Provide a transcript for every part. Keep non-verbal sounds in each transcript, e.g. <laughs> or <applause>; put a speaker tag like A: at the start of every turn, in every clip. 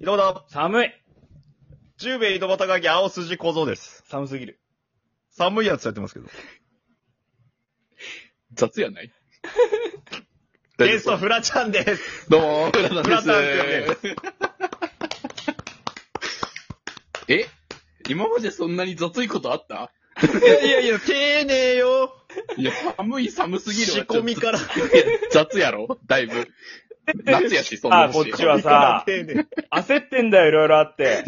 A: 井戸端、
B: 寒い。
A: 十兵衛井戸端会議、青筋小僧です。
B: 寒すぎる。
A: 寒いやつやってますけど。
C: 雑やない
A: <laughs>
C: 大丈
A: ゲスト、フラちゃんです。
C: 夫どうも、フラタン
A: フラタン
C: です。え今までそんなに雑いことあった
A: いやいやいや、丁寧よ。
C: いや、寒い寒すぎる
A: 仕
C: わ
A: 込みから。
C: いや雑やろだいぶ。夏やし、そんな
B: あ、こっち
C: は。
B: はさ、
A: 丁寧。
B: 焦ってんだよ、いろいろあって。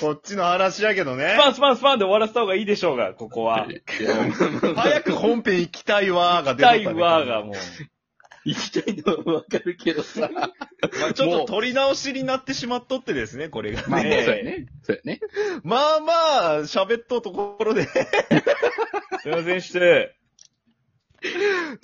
A: こっちの話やけどね
B: ス。パンスパンスパンで終わらせた方がいいでしょうが、ここは。
C: いや、
A: 早く本編行きたいわーが出とっ
B: 痛
A: たね
B: いわーがもう。
C: 行きたいのはわかるけど
A: <laughs>
C: さ。
A: まあちょっと取り直しになってしまっとってですね、これが
C: まあ、そ
A: ね。
C: う
B: ね
C: やね。そうやね。
A: まあまあ、喋っとうところで、
B: すいませんして。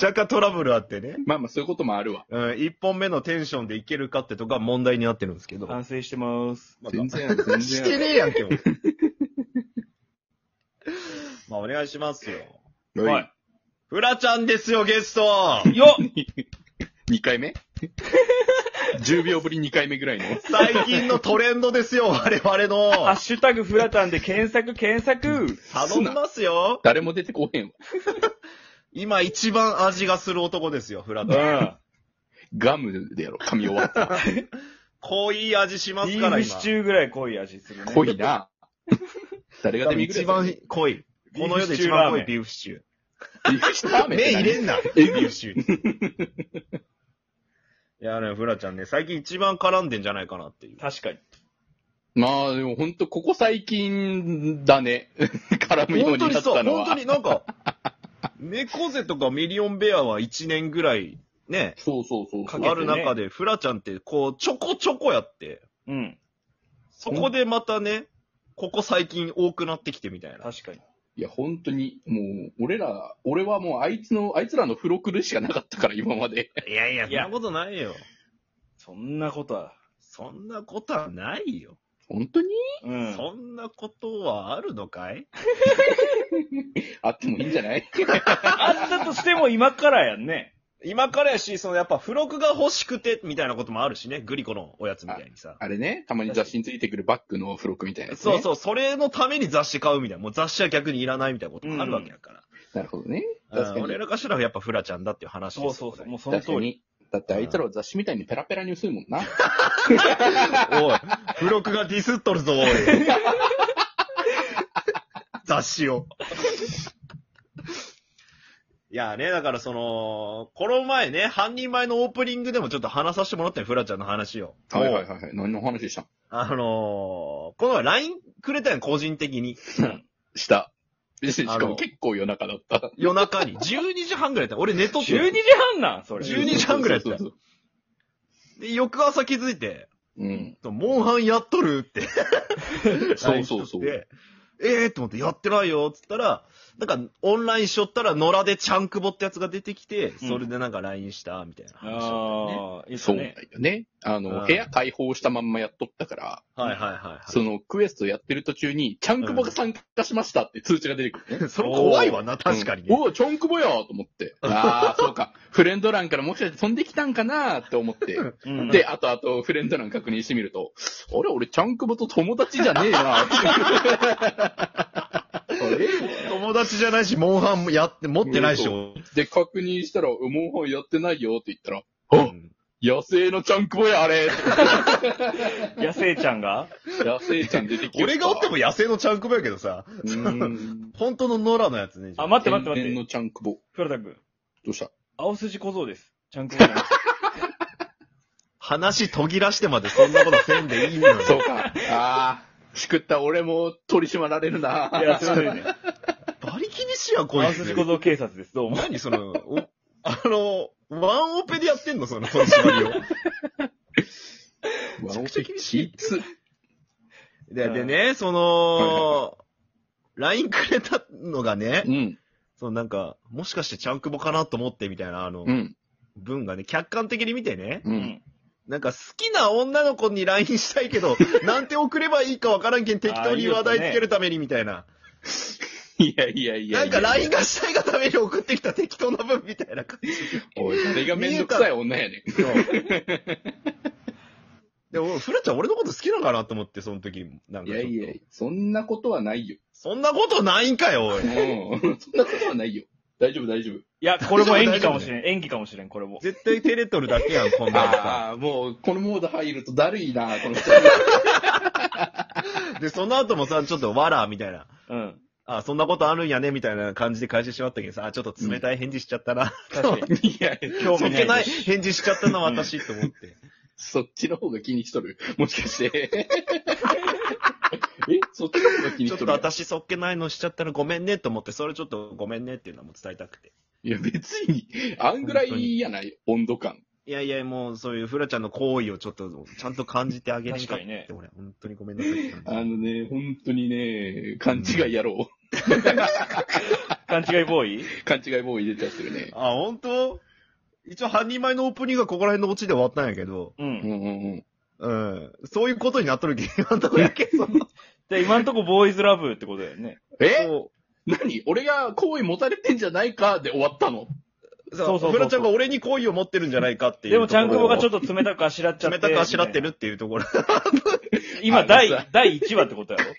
A: 若干トラブルあってね。
C: まあまあ、そういうこともあるわ。
A: うん、一本目のテンションでいけるかってとか問題になってるんですけど。
B: 反省してます。
A: まあ
C: 全然ある、
A: <laughs>
C: 全
A: し
C: 然
A: てねえやんけ、もうまあ、お願いしますよ。
C: ある。
B: はい。
A: フラちゃんですよ、ゲスト
B: よっ
C: 2
A: <laughs>
C: 回目 ?10 秒ぶり2回目ぐらいの。
A: 最近のトレンドです <laughs> よ、我々
B: ハッ
A: の。
B: シュタグフラタンで検索検索
A: 頼みますよ。
C: 誰も出てこへんわ。
A: 今一番味がする男ですよ、フラ
B: う
A: タン。
B: ん。
C: ガムでやろ、髪終わった。
A: <laughs> 濃い味します
B: ビ
A: か
B: ー
A: ら、
B: フシ
A: 今。
B: チューぐらい濃い味するね。
C: 濃いな。誰が
A: 多
C: 手
A: 分
C: 見くれ
A: 一番濃い。この世で一番濃いビーフシチュー。目入れんな、ビーフシチュー。いやね、フラちゃんね、最近一番絡んでんじゃないかなっていう。
B: 確かに。
C: まあ、でもほんと、ここ最近だね。 <laughs> 絡むよう
A: 本
C: に
A: 当に
C: なった
A: さ、
C: の
A: 本
C: は。
A: 当になんか、猫背とかミリオンベアは1年ぐらいね、
C: そうそうそう。
B: かけてね
A: ある中で、フラちゃんってこう、ちょこちょこやって、
B: うん。
A: そこでまたね、ここ最近多くなってきてみたいな。
B: 確かに。
C: いや、本当に、もう、俺ら、俺はもう、あいつの、あいつらの付録でしかなかったから、今まで。
A: いやいや、
B: い
A: そん
B: や
A: なことないよ。
B: そんなことは。
A: そんなことはないよ。
C: 本当に
B: うん。
A: そんなことはあるのかい
C: あってもいいんじゃない
B: あったとしても今からやんね。
A: 今からやし、そのやっぱ付録が欲しくて、みたいなこともあるしね、グリコのおやつみたいにさ。
C: あれね、たまに雑誌についてくるバッグの付録みたいなやつ、ね。
A: そうそう、それのために雑誌買うみたいな。もう雑誌は逆にいらないみたいなこともあるわけやから。
C: う。なるほどね。確か
A: うん
C: に。
A: 俺らかしらはやっぱフラちゃんだっていう話
B: そ
A: で
B: う
A: すよ
B: そうそう。もうその
C: 確
B: 通
C: か
B: り。
C: に。だってあいつらは雑誌みたいにペラペラに薄いもんな。
A: おい、付録がディスっとるぞ、 <laughs> おい。雑誌を。いやね、だからその、この前ね、半人前のオープニングでもちょっと話させてもらったよ、フラちゃんの話を。
C: はいはいはいはい。何の話したん
A: あのー、この前 LINE くれたやん、個人的に。
C: した。し
A: あの
C: かも結構夜中だった。
A: 夜中に。12時半ぐらいだった。俺寝とって
B: 12時
A: よ。
B: 半なんそれ。
A: 12時半ぐらいだった
C: そうそう
A: で、翌朝気づいて、
C: そう
A: <laughs>
C: うん。
A: モンハンやっとるって。
C: そうそう
A: LINE しと
C: そう
A: ってええー、と思って、やってないよ、っつったら、なんか、オンラインしよったら、野良でちゃんくぼってやつが出てきて、
B: うん
A: それでなんか LINE した、みたいな話をね、
B: ああ、いいっす
C: そう
B: ね
C: だ。よね。あ
A: うん
C: の、部屋開放したまんまやっとったから、
A: はいはいはい、はい。
C: そのクエストやってる途中に、チャンクボが参加しましたって通知が出てくるね。
A: それ怖いわな、確かに
C: う
A: ね
C: ん。おうチャンクボやと思って。ああ、そうか。フレンド欄からもしかして飛んできたんかなって思って。
B: うん
C: で、あとあと、フレンド欄確認してみると、あれ俺、チャンクボと友達じゃねえな。あれ
A: <laughs> 友達じゃないし、モンハンもやって、持ってないし、
C: うで、確認したら、モンハンやってないよって言ったら、
A: う
C: あ
A: ん
C: 野生のチャンクボや、あれ
B: 野生ちゃんが
C: 野生ちゃん出てきよ
A: 俺がおっても野生のちゃんくぼやけどさ、
C: うーん。
A: 本当の野良のやつね。
B: あ、待って待って待
C: 天然
B: って。
C: のチャンクボ。
B: 黒田君。
C: どうした
B: 青筋小僧です。ちゃんくぼなんです
A: 話途切らしてまでそんなことせんでいいのに。
C: <laughs> そうか。ああ、しくった俺も取り締まられるな。
B: いや、すいませんね。
A: バリ厳しいやん、こい
B: 青
A: つ。
B: 筋小僧警察です。どうも。
A: 何その、おあの、ワンオペでやってんのその、この縛りを。
C: わ
A: めちゃ
C: おせ
A: くちゃ厳しい
C: きつ。
A: で、
B: うん
A: でね、その、LINE くれたのがね
C: う、ん、
A: そのなんか、もしかしてちゃんくぼかなと思ってみたいな、あの、
C: うん、
A: 文がね、客観的に見てね、
C: う。。
B: うん
A: なんか好きな女の子に LINE したい
C: <laughs>
A: けど、なんて送ればいいかわからんけん適当に話題つけるためにみたいな。
C: いやいやいや
A: ないん
C: や。
A: か LINE がしたいがために送ってきた適当な文みたいな感じ。
C: おい、誰がめんどくさい女やねん。 <laughs>
A: でも、フラちゃん俺のこと好きなのかなと思って、その時、なん
C: い
A: かちょ
C: や
A: っと。
C: いや、そんなことはないよ。
A: そんなことないんかよ、おい
C: うん。。そんなことはないよ。大丈夫、大丈夫。
B: いや、これも演技かもし <laughs> れん。演技かもしれん、これも。
A: 絶対照れとるだけやん、こんな
C: ああ、もう、このモード入るとだるいな、この人。
A: のさ。で、その後もさ、ちょっとわら、みたいな。
B: うん。
A: あ、そんなことあるんやね、みたいな感じで返してしまったけどさ、あちょっと冷たい返事しちゃったな。
B: 確かに。
C: いや、
B: 興
A: そっ
B: 味
A: け
B: な
A: ないい
B: です。
A: 返事しちゃったな、私、と思って。
C: そっちの方が気にしと <laughs> る。もしかして。えそっちの方が気に
A: ちょ
C: し
A: っと
C: とる。
A: 私そっけないのしちゃったらごめんねと思って、それちょっとごめんねっていうのはもう伝えたくて。
C: いや、別に、あんぐらいやない、温度感。
A: いやいや、もうそういうフラちゃんの行為をちょっとちゃんと感じてあげなかっ
B: 確かにね
A: た。俺、本当にごめんなさいって感じ。
C: あのね、本当にね、勘違いやろう。
B: 勘違いボーイ
C: <laughs> 勘違いもう入れちゃってるね。
A: あ、本当一応半人前のオープニングがここら辺のオチで終わったんやけど、
B: う
C: うん
B: ん。
C: うんうん。
A: うん。そういうことになっとるけど、どうやけその
B: で、今んとこボーイズラブってことだよね。
C: え
A: そう
C: 何俺が好意持たれてんじゃないかで終わった
A: そう
C: の
B: そうそうそう
A: フラちゃんが俺に好意を持ってるんじゃないかっていう
B: でも、ちゃんこぼがちょ
A: っ
B: っと冷たくあしらっちゃって。
A: 冷たくあしらってるっていうところ。
B: 今、
C: あ
B: 第
C: そう、
B: 第1話ってことやろ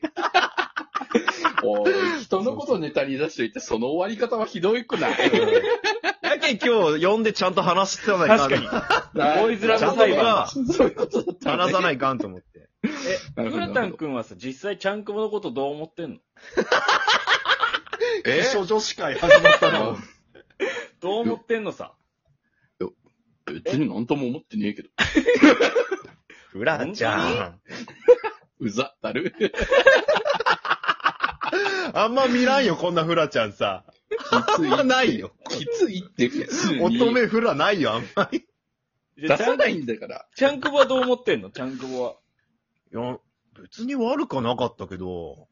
C: おい <laughs> 人のことネタに出しといて、その終わり方はひどいくない <laughs>
A: やけん今日呼んでちゃんと話してたないかん
B: 確かに。ボーイズ
A: ラブ裁判
C: そういうことだったの
A: 話
C: ね
A: さないかんと思って。
C: なるほど
B: フラタン君はさ、実際ちゃんこぼのことどう思ってんの
C: え
A: 女子会始まった
C: な。
B: どう思ってんのさ。
C: 別になんとも思ってねえけど。
A: フラちゃん。
C: うざ、だる。
A: あんま見らんよ、こんなフラちゃんさ。
C: きつ
A: あんまないよ。
C: きついって普通に。
A: 乙女フラないよ、あんまり。
B: じゃ
C: 出
B: あちゃ
C: さ
B: ん
C: ないんだから。
B: ちゃんこぼはどう思ってんのちゃんこぼは。
A: いや、別に悪くはなかったけど、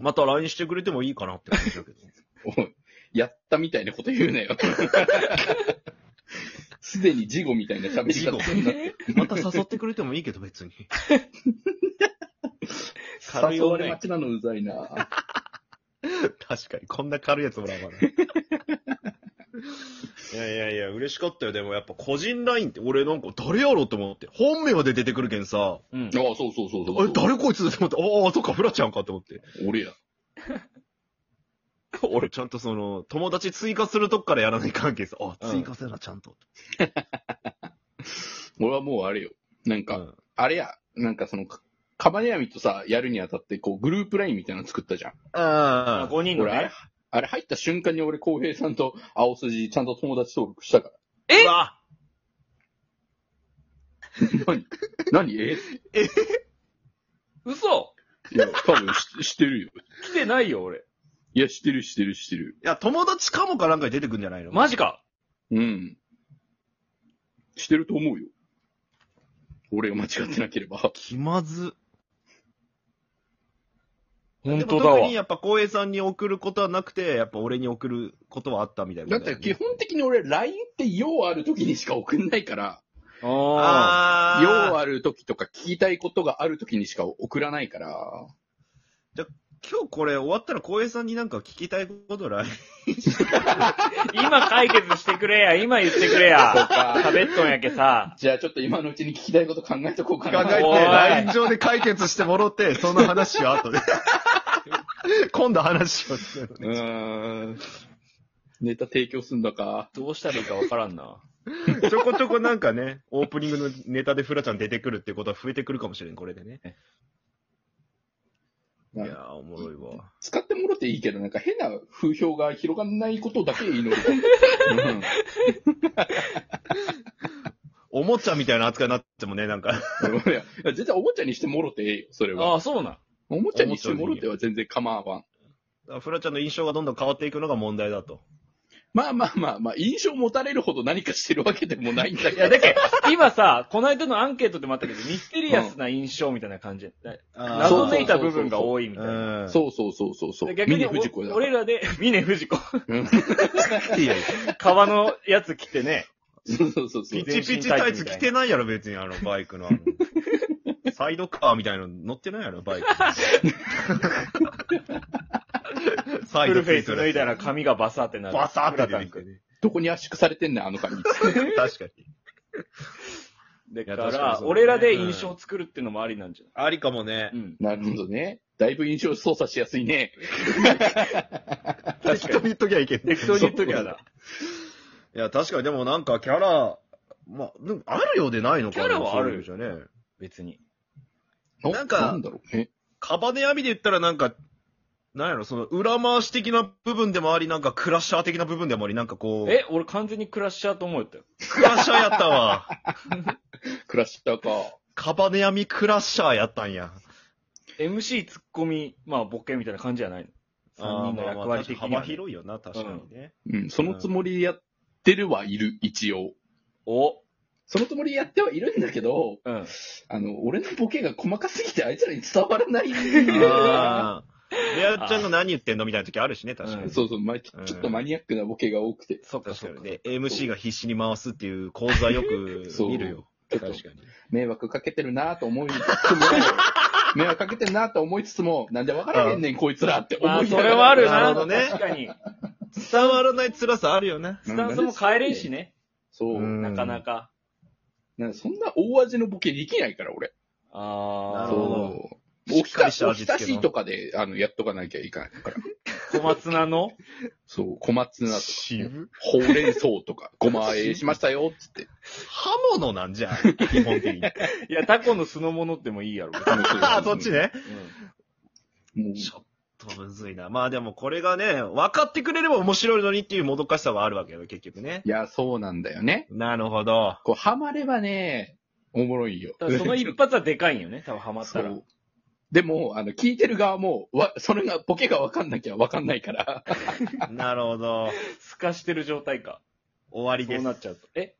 A: また LINE してくれてもいいかなって感じだけど。 <laughs>
C: おいやったみたいなこと言うなよ。すでに事後みたいな喋り方すんなって。
A: また誘ってくれてもいいけど、別に。軽い
C: 誘われ
A: 女
C: 待ちなのうざいな。
A: 確かに、こんな軽いやつもらわない。いやいやいや、嬉しかったよ。でもやっぱ個人 LINE って、俺なんか誰やろうと思って。本名で出てくるけんさ、
B: うん。
C: ああ、そうそうそうそう。
A: え、誰こいつって思って、ああ、そっか、フラちゃんかって思って。
C: 俺や。
A: 俺ちゃんとその、友達追加するとこからやらない関係さ。あ、追加せな、ちゃんと。
C: 俺はもうあれよ。なん
A: う
C: か、
A: ん。
C: あれや、なんかその、かカバネヤミとさ、やるにあたって、こう、グループラインみたいなの作ったじゃん。
A: ああ、
B: 5人の
C: 俺、あれ
B: ね。、
C: あれ入った瞬間に俺、浩平さんと青筋、ちゃんと友達登録したか
A: <laughs>
B: え
A: うわ
C: ら。何何え
B: 嘘
C: いや、多分し、してるよ。
B: 来てないよ、俺。
C: いや、してる、してる、してる。
A: いや、友達かもかなんかに出てくんじゃないの
B: マジか。
C: うん。してると思うよ。俺が間違ってなければ。
A: 気まず。
B: 本
A: で
B: 当だ
A: も
B: わ
A: 特。にやっぱ光栄さんに送ることはなくて、やっぱ俺に送ることはあったみたい
C: だ
A: な、
C: って基本的に俺、LINE って用ある時にしか送んないから、
B: あ
A: ああ。
C: 用ある時とか聞きたいことがある時にしか送らないから、
A: 今日これ終わったら光栄さんになんか聞きたいこと <laughs> ない
B: ー今解決してくれや、今言ってくれや。喋っとんやけさ。
C: <laughs> じゃあちょっと今のうちに聞きたいこと考えとこうかな。
B: 考え
C: <laughs>
B: て
C: おい
A: LINE 上で解決してもろって、その話は後で。 <laughs> 今度話をする。
C: うーん。ネタ提供すんだか。
B: どうしたらいいかわからんな。
A: ちょこちょこなんかね、オープニングのネタでフラちゃん出てくるってことは増えてくるかもしれん、これでね。いや
C: なんか
A: ー、おもろいわ。
C: 使ってもらっていいけど、なんか変な風評が広がんないことだけ祈 <laughs> る。うん
A: おもちゃみたいな扱いになってもね、なんか。 <laughs>
C: いや、全然おもちゃにしてもろてええよ、それは。
B: ああ、そうなん。
C: おもちゃにしてもろては全然構わん。
A: フラちゃんの印象がどんどん変わっていくのが問題だと。
C: まあまあまあまあ、印象持たれるほど何かしてるわけでもないんだけ
B: い
C: ど。
B: や、だけど今さ、この間のアンケートでもあったけど、ミステリアスな印象みたいな感じ。
C: ー
B: 謎
C: そう
B: めいた部分が多いみたいな。
A: ん。
C: <laughs> そうそうそうそうそう。
B: で逆に
C: 峰不二子だ
B: お俺らで、峰不二子。
C: うん
A: いやいや
B: 川のやつ着てね。
C: そうそうそうそ
A: ピ
C: う。
A: チピチタイツ着てないやろ、別に、
B: <laughs>
A: あの、バイクの。あの
B: <laughs>
A: サイドカーみたいなの乗ってないやろ、バイク。サ
B: フルフェイス脱いだら髪がバサってなる。
A: バサーって
B: フラ
A: 出
B: タ
A: て
B: ン
A: く
B: 君
A: るね。
C: どこに圧縮されてんねん、あの髪。
A: 確かに。
B: だか
A: いや確かに
B: ら、
A: そうだね
B: 俺らで印象作るってのもありなんじ
A: ありかもね
B: ゃ。ないうん。
C: なるほどね。だいぶ印象操作しやすいね。
A: 適当に言っときゃいけない。
B: 適当に言っときゃ
A: そう
B: だ。
A: いや、確かにでもなんかキャラ、まあ、でもあるようでないのかな。
B: キャラはある
A: そういうのじゃね。
B: 別に。
C: な
A: なんか
C: なんだろうね。
A: カバネアミで言ったらなんか、なんやろ、その裏回し的な部分でもあり、なんかクラッシャー的な部分でもあり、なんかこう、
B: え、俺完全にクラッシャーと思うよったよ。
A: クラッシャーやったわ。
C: クラッシャーか。
A: カバネアミクラッシャーやったんや。
B: MC ツッコミ、まあボケみたいな感じじゃないの。三人の役割的
A: あー
B: に
A: まあまあ幅
B: はね。
A: 広いよな、確かにね。
C: うん、そのつもりでやってるはいる、一応。
B: お、
C: そのつもりでやってはいるんだけど、
B: うん。
C: あの、俺のボケが細かすぎてあいつらに伝わらない。
A: あーレアちゃんが何言ってんのみたいな時あるしね、確か
B: うん
A: に。
C: <laughs> そうそう、まあ、ちょちょっとマニアックなボケが多くて、
B: そっか
A: 確
B: そ
A: か
B: っ
A: に。
B: か。
A: で、MC が必死に回すっていう構図はよく
C: そう
A: 見るよ。
C: ちょっ
A: 確
C: と
A: かに。
C: 迷惑かけてるなぁと思いつつも、迷惑かけてるなぁと思いつつも、なんで分からへんねん、こいつらって思い
B: まあ
C: な
B: そ
C: がら
B: れはある
A: な
B: な。
A: るほどね
B: 確かに。
A: 伝わらない辛さあるよね。
B: <laughs> スタンスも変えれんしね。
C: そう。
A: うん
B: なかなか。
C: なんかそんな大味のボケできないから、俺。
B: あ
A: な
B: あ。
A: るほど
C: そう。
A: し
C: お
A: っ
C: ひ
A: か
C: た
A: りし
C: し、
A: た
C: お
A: 味付
C: ひた
A: けの
C: しとかで、あの、やっとかなきゃいかないから。
B: 小松菜の
C: そう、小松菜とか、
A: 渋
C: ほうれん草とか、ごまあえしましたよ、つって。
A: 刃物なんじゃん、基本
B: <laughs>
A: 的に。
B: いや、タコの酢の物ってもい
A: <laughs>
B: いやろ。別に
A: ああ、そっちね。
C: もう
A: ちょっとむずいな。まあでもこれがね、分かってくれれば面白いのにっていうもどかしさはあるわけよ、結局ね。
C: いや、そうなんだよね。
A: なるほど。
C: こう、ハマればね、おもろいよ。
B: ただその一発はでかいんよね、多分ハマったら
C: そ。うでも、あの、聞いてる側も、わ、それが、ボケが分かんなきゃ分かんないから。
A: なるほど。
B: すかしてる状態か。
A: 終わり
B: そ
A: で
B: う
A: す。
B: なっちゃうと。え